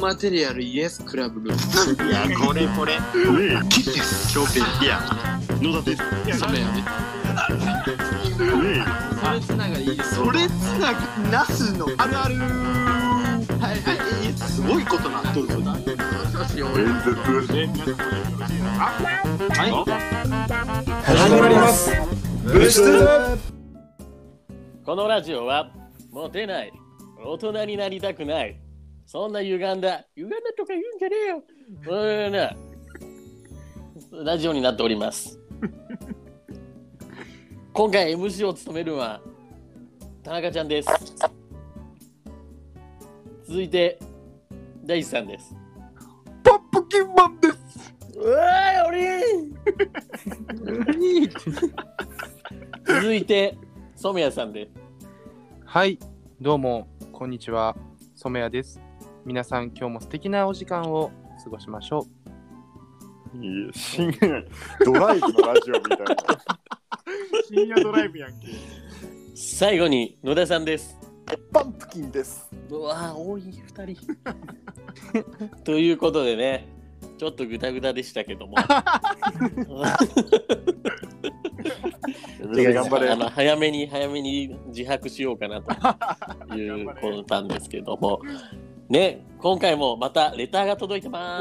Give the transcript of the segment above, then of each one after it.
マテリアルイエスクラブのいや、これこれ。キッです。強制。いや、野田です。それやめてそれつながりいいですそれつなぎ、なすのあるある。はいはい、すごいことなっとるぞ。 始まります物質このラジオはモテない大人になりたくないそんな歪んだ歪んだとか言うんじゃねえよそういうねラジオになっております今回 MC を務めるのは田中ちゃんです続いて大地さんですポップキンマンです。うわー俺続いて染谷さんですはい、どうも、こんにちは。染谷です。皆さん、今日も素敵なお時間を過ごしましょいい深夜ドライブのラジオみたいな。深夜ドライブやんけ。最後に野田さんですパンプキンです。うわあ多い2人 ということでねちょっとグダグダでしたけど も頑張れあ。の早めに早めに自白しようかなということなんですけどもね今回もまたレターが届いてま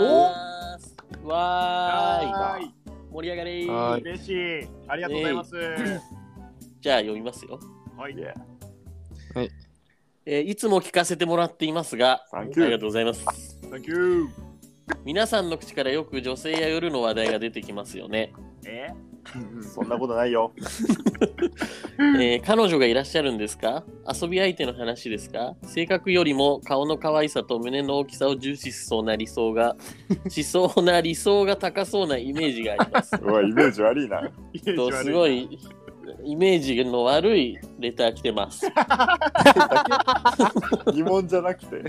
すわーい盛り上がれう。ーはーい。嬉しい。ありがとうございます。じゃあ読みますよ、はい。えーいつも聞かせてもらっていますがサンあキュりがー。とうございますサンキュー。皆さんの口からよく女性や夜の話題が出てきますよねえそんなことないよ。えー彼女がいらっしゃるんですか遊び相手の話ですか性格よりも顔の可愛さと胸の大きさを重視しそうな理想がしそうな理想が高そうなイメージがあります。うわ、イメージ悪い な。とすご。いイメージの悪いレター来てます。疑問じゃなくて。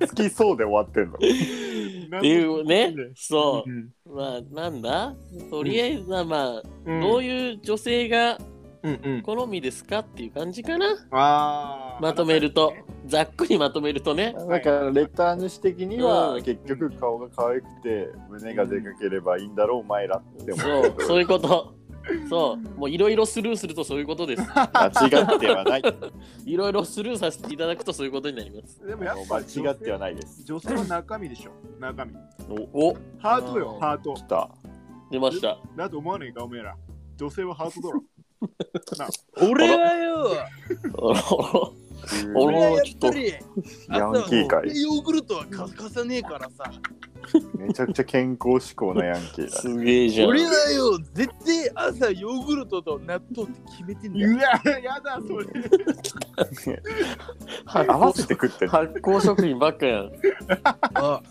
好きそうで終わってんの。っていうね、そう、まあなんだとりあえずはまあ、どういう女性がうんうん。好みですかっていう感じかな。あまとめると、ざっくりまとめるとね。だからレター主的にはうん結局顔が可愛くて胸がでかければいいんだろうお前らって思そう、そういうこと。そう、もういろいろスルーするとそういうことです。間違ってはないいろいろスルーさせていただくとそういうことになります。でもやっぱ間違ってはないです女性は中身でしょ中身お、ハートよハート来た出ました。だと思わないかおめえら女性はハートだろ俺はよおろ俺俺はちょっとりヤンキーかいヨーグルトは欠かさねえからさめちゃくちゃ健康志向なヤンキーだすげえじゃん。俺はよ絶対朝ヨーグルトと納豆って決めてんだようわやだそれ発合わ酵せて食ってる発酵食品ばっかやん。あ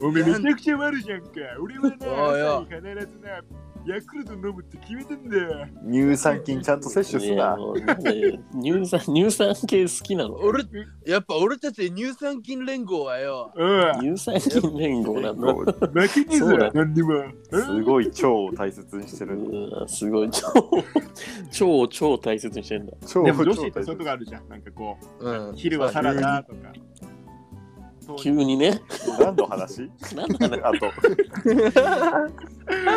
おめえめちゃくちゃ悪いじゃんか俺はおいなよ朝に必ずなヤクルト飲むって決めてんだよ乳酸菌ちゃんと摂取すいやなもうなんで乳酸乳酸系好きなの俺やっぱ俺たち乳酸菌連合はよう乳酸菌連合なんだ。ん負けねえぞそうだ何にもすごい腸を大切にしてるんだうわすごい超超超大切にしてんだ。腸をでも超女大子ってそういうと切こあるじゃんなんかこううん昼はサラダとか急にね。何の話なん あだね。と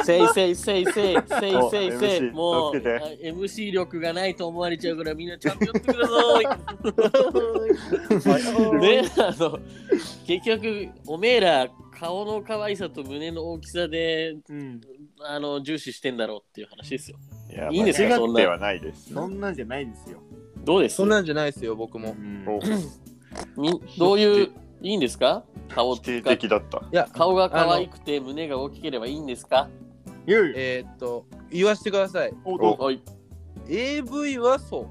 せいせいせ いせいせいせいせいお MC もう助けてあ MC 力がないと思われちゃうからみんなちゃんとやってください。 ね、あの結局おめえら顔の可愛さと胸の大きさでうんあの重視してんだろうっていう話ですよ。やいいんですか間違そんっなてはないですそんなんじゃないんですよどうですそんなんじゃないですよ僕もおみどういういいんですか顔っ否定て的だったいや顔が可愛くて胸が大きければいいんですかいやいやえーっと言わしてくださいおおどおい AV はそ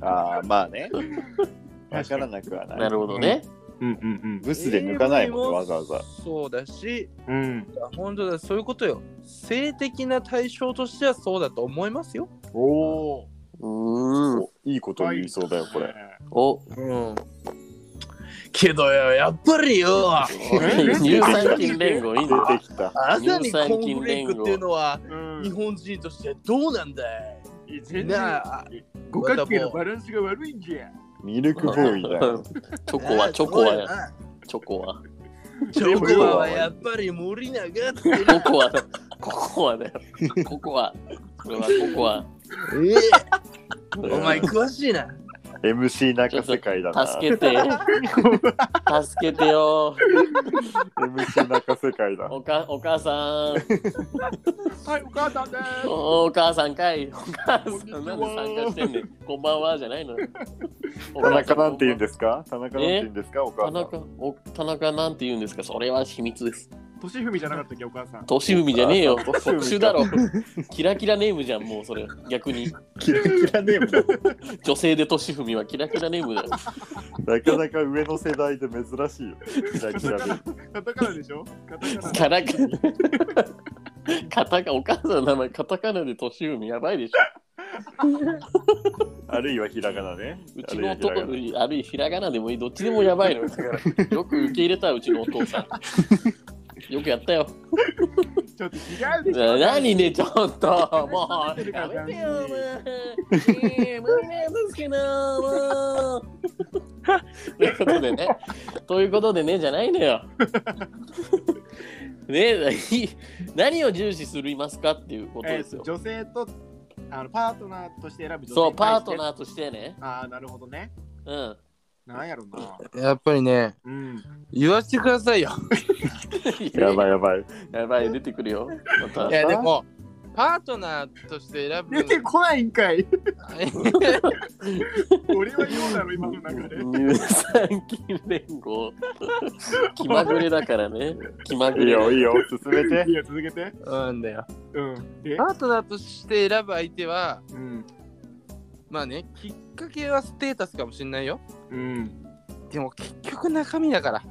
ああまあね わからなくはないなるほどね。うんうんブうスで抜かないもんねわざわざ AV もそうだしうんうん本当だそういうことよ性的な対象としてはそうだと思いますよおおうーん。おいいこと言いそうだよこれおうんけどよやっぱりよえ乳酸菌連合いいんだよ出てきた朝にコーンフレークっていうのはうん日本人としてどうなんだいいや全然なあ五角形のバランスが悪いんじゃん。ミルクボーイだよ。 チョコは、チョコは、チョコは、チョコはやっぱり森永ってる。ココア、ココアだよ。ココア、これはココア。お前詳しいな。 MC 中世界だな。助けて。助けてよ。 MC 中世界 だ。おかお母さん。はい、お母さんでーす。おお母さんかい。お母さん、なんで参加してんねん。こんばんはじゃないの。田中なんて言うんすですか田中なんて言うんですかお田母 さん。中お田中なんて言うんですかそれは秘密です。としふみじゃなかったっけ、お母さん。年海じゃねえよ。お母さん特殊だろ。キラキラネームじゃん、もうそれ。逆に。キラキラネームだ。女性で年踏みはキラキラネームだよ。なかなか上の世代で珍しいよ。キラキラネーム。カタカナでしょカタカナ。カラカカタカ、お母さんの名前カタカナで年踏みやばいでしょ。あるいはひらがなね。うあちるいのはひら男がな。あるいはひらがなでもいい、どっちでもやばいの。だからよく受け入れたうちのお父さん。よくやったよ。ちょっと違うでしょ。何ね、ちょっと、もう、やめてよ、もう。えー無理なんですけど、もう。ということでね、ということでね、じゃないのよ。ねい何を重視するいますかっていうことえでーすとよ。女性とあのパートナーとして選ぶ女性そう、パートー。ナーとしてね。ああ、なるほどね。うん。なんやろうな。やっぱりね、 うん。言わせてくださいよ。やばいやばい。やばい、出てくるよ。またい。や、でも、パートナーとして選ぶ出。てこないん かい。俺は言うだろ、今の中で。乳酸菌連合気まぐれだからね気まぐいいれよいいよ。進めてい。や、続けて。うんだよ。うん。でパ、ートナーとして選ぶ相手は、うん。まあね、きっかけはステータスかもしれないよ。うん。でも結局中身だから。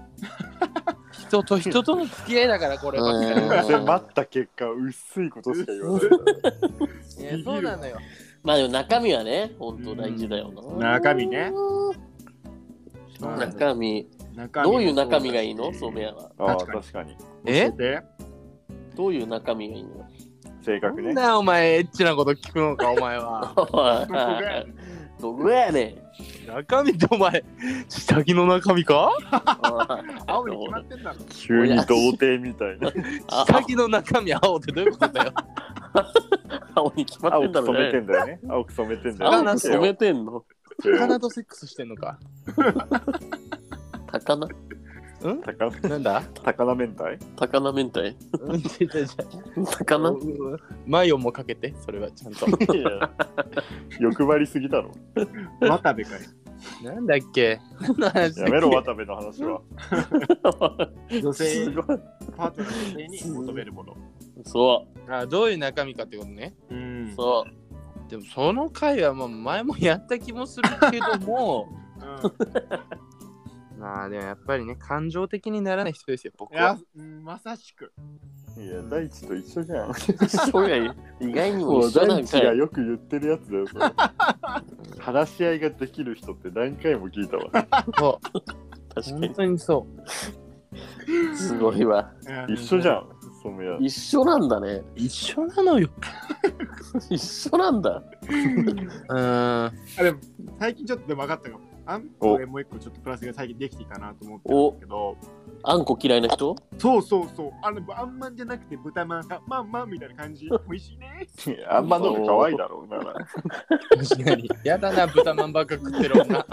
人と人との付き合いだから、こればっかりは。で待った結果、薄いことしか言わない。いやそうなのよ。まあでも中身はね本当大事だよな、中身ね。中身中身どういう中身がいいの染谷はああ、確かに確かに。えで、どういう中身がい いの性な格んね。だお前エッチなこと聞くのかお前はどこや ねん中身ってお前下着の中身か青に決まってんだろ。急に童貞みたいな。あ下着の中身青ってどういうことだよ 青に決まって青んだくろ染めてねんだよね。青く染めてんだよね。青く染めてんの魚とセックスしてんのか高高菜菜なんだ高菜明太高菜明太うんちょちょち高ょ菜マヨもかけてそれはちゃんと欲張りすぎだろ。渡部か い。なんだっけ何の話だやっけめろ、渡部の話は。女性す、ごい。パートナーの女性に求めるもの。 そあどういう中身かってことねうんうそでもその回はまあ前もやった気もするけども うまあでもやっぱりね感情的にならない人ですよ僕ん。いやは、うんまさしく。いや、大地と一緒じゃん。 う一緒や意外にももう一緒な大ん地かがいよく言ってるやつだよ、それ話し合いができる人って何回も聞いたわ。そ確うか本に当にそうすごいわうん一緒じゃん、染谷。一緒なんだね一緒なのよ一緒なんだうーんあでも最近ちょっとでも分かったかも。あんおこれもう一個ちょっとプラスが最近できていたなと思ってるんだけど、あんこ嫌いな人そうそうそう、あの、あんまんじゃなくて豚まん、あまんまんみたい な感じ。美味しいね。あんまの方が可愛いだろうなら。確かにやだな豚まんばっか食ってる 女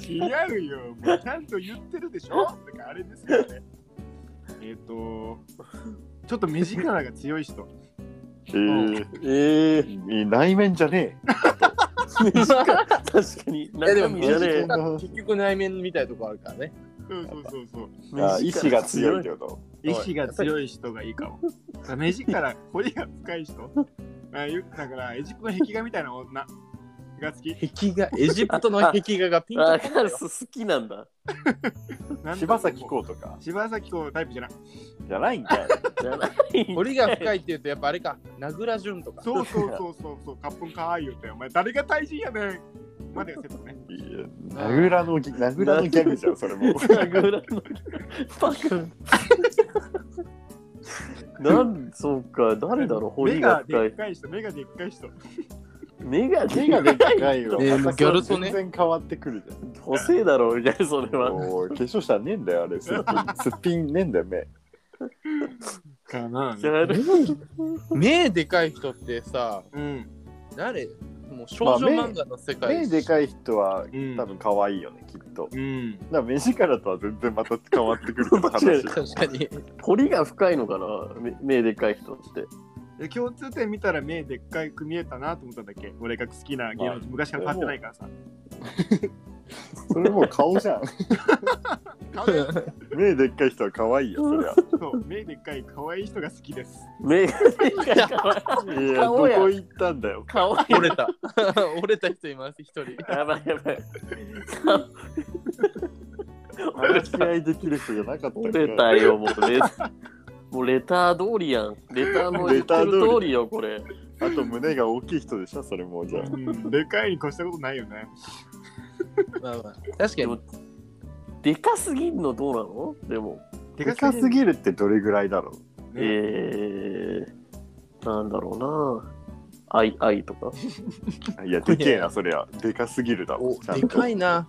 違うよ、もうちゃんと言ってるでしょ。だからあれですからね。えっ、と、ちょっと目力が強い人。えー、ええいい内面じゃね確かにやで中も身じゃねえ。え短結局内面みたいなとこあるからねそうそうそうそう。あ意志が強いってこと。意志が強い人がいいかも。目力、彫りが深い人。 あゆだから、エジプトの壁画みたいな女が好き。壁画 エジプトの壁画がピ ンあとカラス好きなんだなん柴咲コウとかう。柴咲コウのタイプ じゃない。じゃないんかい。じゃない彫りが深いっていうとやっぱあれか名倉潤とかそうそうそうそうそう、カップンかわいいよって。お前、誰が対人やねん。までがセットね。いや名倉のギ名倉のギャグじゃん、それ も。名倉のバカなんそうか誰だろう彫目りがが深でっいかい人、目がでっかい人。目が目がでかいよ。えーもうギャル曽根全然変わってくるじゃん。細いだろみたいなそれはもう化粧したらねえんだよ、あれ。すっぴんすっぴんねえんだよ、目。かなギ。ャル目でかい人ってさうん。誰もう少女まあ目漫画の世界、目でかい人はうん多分可愛いよね、きっと。うん。だから目力とは全然また変わってくるから間違い話な。確か に彫りが深いのかな目目でかい人ってで共通点見たら目でっかく見えたなと思ったんだっけ俺が好きな芸能人昔から変わってないからさ。それもう顔じゃん。顔で目でっかい人は可愛いよ、そりゃ。そう、目でっかい可愛い人が好きです。目がでかいか らいや、ど顔こや行ったんだよ。顔や折れた折れた人います一人ばいやばい話し合いできる人じゃなかった折から。れたよもうレもうレター通りやんレターの言ってる通りよこれあと胸が大きい人でしょ、それもうじゃあ。うん、でかいに越したことないよね。まあまあ確かでもにでかすぎんのどうなのでもででかするぎるってどれぐらいだろうえー、なんだろうな愛愛とかいや、でけえな、そりゃ。でかすぎるだろおう。ちゃんでとかいな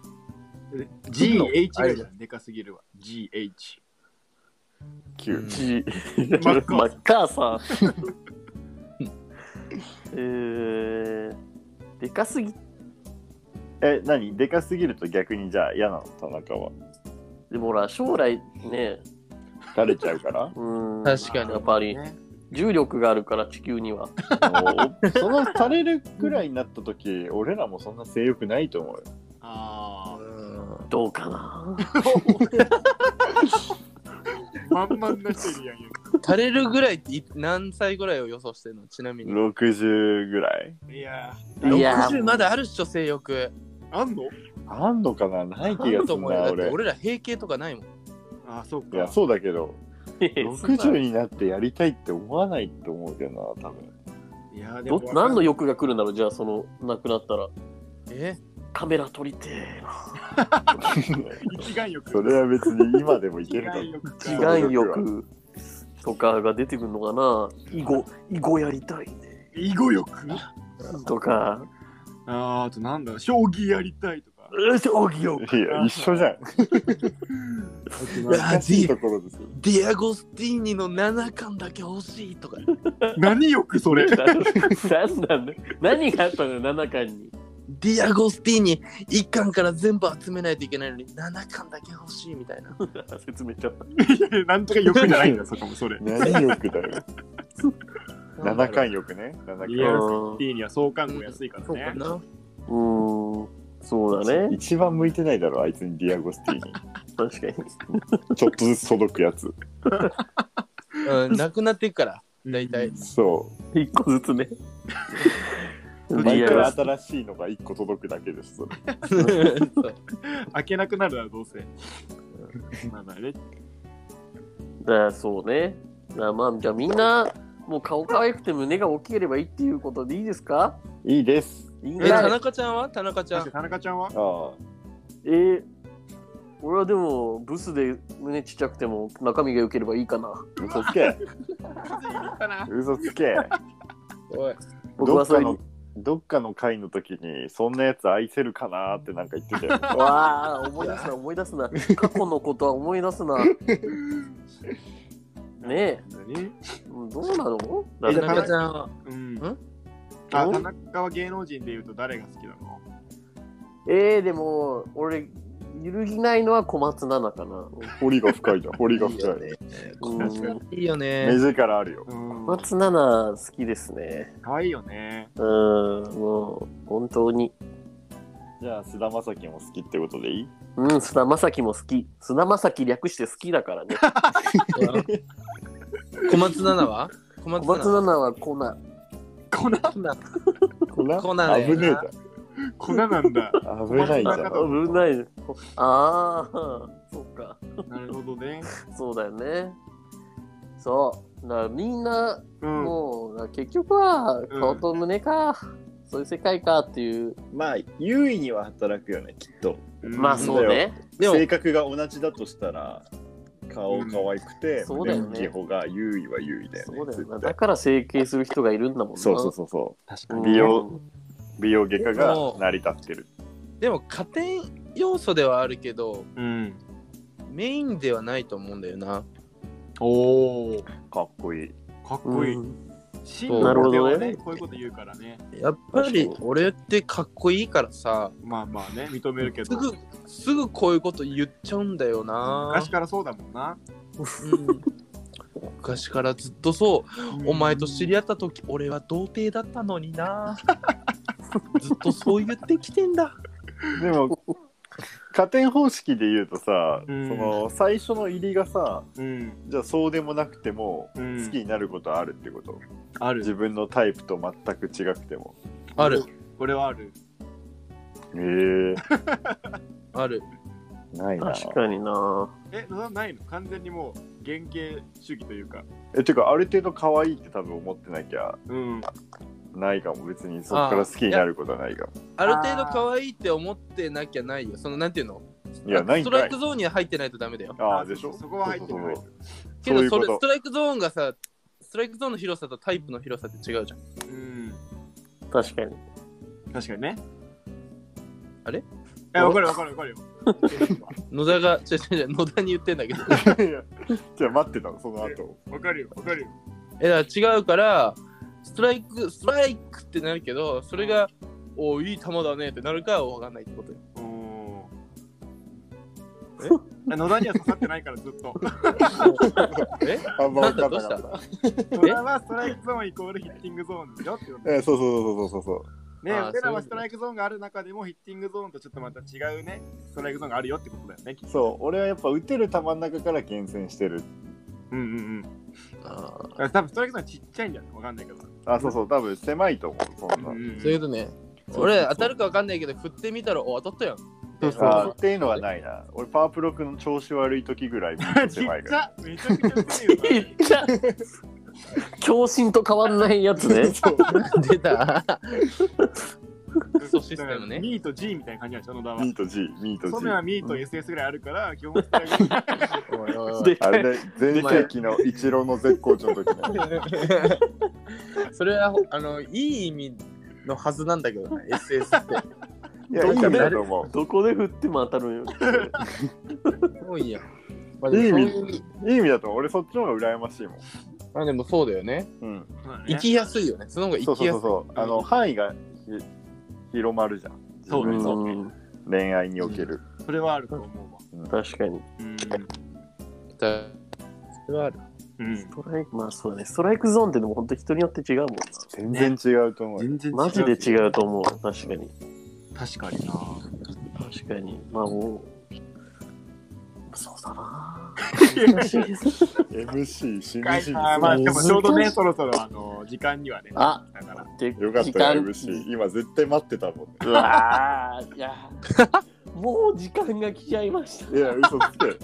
GH がいいじゃんでかすぎるわ。GH。 9。 G マッカーサーマッカーサーえー、でかすぎえ、何でかすぎると逆にじゃあ嫌なの田中は。でもほら将来ね。垂れちゃうからうん確かにやっぱりね重力があるから地球にはおその垂れるくらいになった時、俺らもそんな性欲ないと思うよ。あうんどうかなあ、まんまんな人いるやんよ。垂れるぐらいってい何歳ぐらいを予想してるのちなみに60ぐらい。いやいや60まだあるっしょ性欲ー、あんのあんのかなない気あがるすると思うよな、だって俺。俺ら閉経とかないもんあー、そういや、か。そうだけど、60 60になってやりたいって思わないと思うけどな、多分。いやー、でども、何の欲が来るんだろうじゃあその亡くなったらえカメラ撮りてえな一眼欲。それは別に今でもい一けるだろ 眼欲自か。眼欲とかが出てくるのかな囲碁囲碁やりたいね囲碁欲とかあー、あとなんだ将棋やりたいとか。うん将棋欲いや、一緒じゃん。難しいところですよ。ディアゴスティーニの7巻だけ欲しいとか何欲それ何なんだ何があったのよ7巻に ディアゴスティーニ1巻から全部集めないといけないのに7巻だけ欲しいみたいな説明しちゃった なんとか欲じゃないんだよ、そこもそ れ。何欲だよ。な七んだろう巻欲ね。七リ巻アうルんセティには相関も安いかそうからね。なうーんそうだね一番向いてないだろ、あいつにディアゴスティーニ。確かにちょっとずつ届くやつ。うん、なくなっていくから大体そ一個ずつねう。リ毎アル回新しいのが一個届くだけです。それ そう開けなくなるな、どうせ。まあまあね。だそうねだまあじゃあみんなもう顔可愛くて胸が大きければいいっていうことでいいですかいいです。いいんえじゃ田ない中ちゃんは田中ちゃ確かんに田中ちゃんはあえー俺はでもブスで胸ちっちゃくても中身が良ければいいかなあ、嘘つけ。嘘つけ。おい僕どはっそかれのに。どっかの回の時に、そんなやつ愛せるかなーってなんか言ってた よ。わあ思い出す な思い出すな過去のことは思い出す なねえ何うんどうなの田だって中ちゃんはうんん。あ、お田中は芸能人で言うと誰が好きなのえー、でも俺揺るぎないのは小松菜奈か な彫りが深いじゃん。彫りがいい深よい。ねうんいいよね目力あるよ。小うん。松菜奈好きですねかわいいよね。うんもう本当にじゃあ、菅田将暉も好きってことでいいうん菅田将暉も好き菅田将暉略して好きだからねうん小松菜奈 は小 小松松菜菜奈はコナン粉、奈こんなこんなんだよな危ねえじ粉なんだ。ゃん。危ないじゃ小松菜ん。危ないああ そっかなるほどね。そうだよねそうだからみんなうん。もう、だから結局は顔と胸か、そういう世界かっていう、まあ、優位には働くよね、きっと。う んまあそうねでも性格が同じだとしたら顔可愛くて、うん胸そうだよね大きい方が優位は優位だよねそうだよ絶な対だから整形する人がいるんだもんなそうそうそうそう確うん美容美容外科が成り立ってる。でも加点要素ではあるけどうん。メインではないと思うんだよなおお。かっこいい。かっこいい。うん真なるのほ病どねはね、こういうこと言うからね。やっぱり俺ってかっこいいからさまあまあね、認めるけすど。ぐすぐこういうこと言っちゃうんだよな昔からそうだもんな。うん昔からずっとそう、お前と知り合った時俺は童貞だったのに なずっとそう言ってきてんだでも、加点方式で言うとさ、うんその最初の入りがさ、うん。じゃあそうでもなくても、うん好きになることあるってこと、ある。自分のタイプと全く違くても。あるこれはある。へえー、あるないな。確かになえ、なないの完全にもう原型主義というか。え、てか、ある程度可愛いって多分思ってなきゃうん。ないかも。別にそこから好きになることはないかも。ある程度可愛いって思ってなきゃないよそのなんていうのいや、ないスんトラかイいク。ゾーンには入ってないとダメだよああ、でしょそそこは入ってないそうそうけそうどいうそこれとストライクゾーンがさストライクゾーンの広さとタイプの広さって違うじゃんうん。確かに確かにね。あれえ、わかるわかるわかるよ。野田が 違う違う違う野田に言ってんだけどそう いやじゃあ待ってたの、その後。わかるよ。わかるよ。えだから違うからストライクストライクってなるけどそれがおいい球だねってなるかは分かんないってことよおお。え 野田には刺さってないからずっと。えあんま分かんなかなんった。野田はストライクゾーンイコールヒッティングゾーンですよってことね。えそうそうそうそうそうあー俺らそういうことねはストライクゾーンがある中でもヒッティングゾーンとちょっとまた違うね、ストライクゾーンがあるよってことだよね。きそっう。とそう、俺はやっぱ打てる球の中から厳選してる。うんうんうん。だあーから多分ストライクゾーンちっちゃいんだよね。わかんないけど。あ、そうそう、多分狭いと思う、そんな。んそういうことね俺当たるか分かんないけど振ってみたらお当たったやん そうそあうーっていうのはないな。俺、パワープロ君の調子悪い時ぐらい ちっ狭いか ちら。ゃめちゃくちゃ強 いよ。じゃ強振と変わんないやつね出たそうシステムねミーと G みたいな感じなんでしょ、野田はミ。ート G、ミートソメは G。ミーと SS ぐらいあるから、基本ストライクゾー ンおいおいおいであれね、前世紀のイチローの絶好調の時 ね。それはあのいい意味のはずなんだけどな SS っていや、ダメだと思どこで振っても当たるんよ 多いやん。まあう。いいで意もそう味、いい意味だと思う。俺、そっちの方が羨ましいもん。まあでもそうだよね。うん。そうだね行きやすいよね。その方がそ行うそきうやそすうい。そう。あの、範囲がひ広まるじゃん。そうねそうねん恋愛における。それはあると思うわ。確かにうん。それはあるうんス、トライクまあそうだねストライクゾーンってでも本当人によって違うもんな全然違うと思うよ。全然違う。マジで違うと思う確かに確かにな。確かにまあもうそうだな MC、新はい人。あーまあ、でもちょうどね、そろそろあの時間にはね、 あだから。でよかっ時たよ、間 MC。今、絶対待ってたもんね。うわーいやもう時間が来ちゃいましたいや、嘘つけ。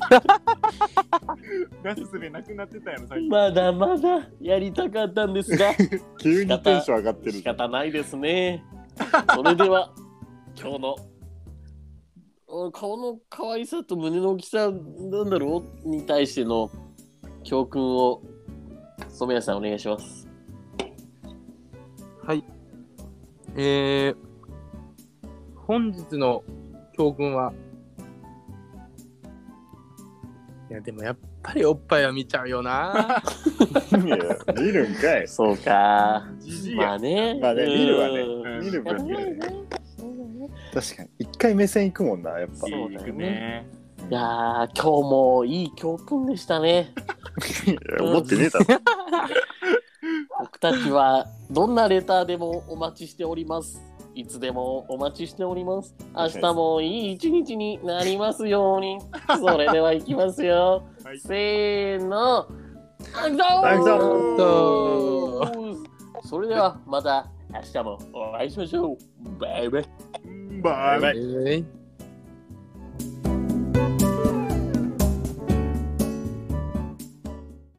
なすすべなくなってたやろ、さっき。まだまだやりたかったんですが急にテンション上がってる仕。方ないですねそれでは今日のうん顔の可愛さと胸の大きさなんだろうに対しての教訓を染谷さんお願いしますえー、本日の教訓は、いやでもやっぱりおっぱいは見ちゃうよ な。いや、見るんかい。そうかじじいまあや。ねまあね、見るわうんね。見る分にはね。い確かに。一回目線行くもんな、やっぱ。そうだよね。やいー今日もいい教訓でしたねや思ってねえだろ。僕たちはどんなレターでもお待ちしております。いつでもお待ちしております。明日もいい一日になりますように。それでは行きますよ。はいせーの。アンアンゾそれではまた明日もお会いしましょう。バイバイ。バイバイ。えー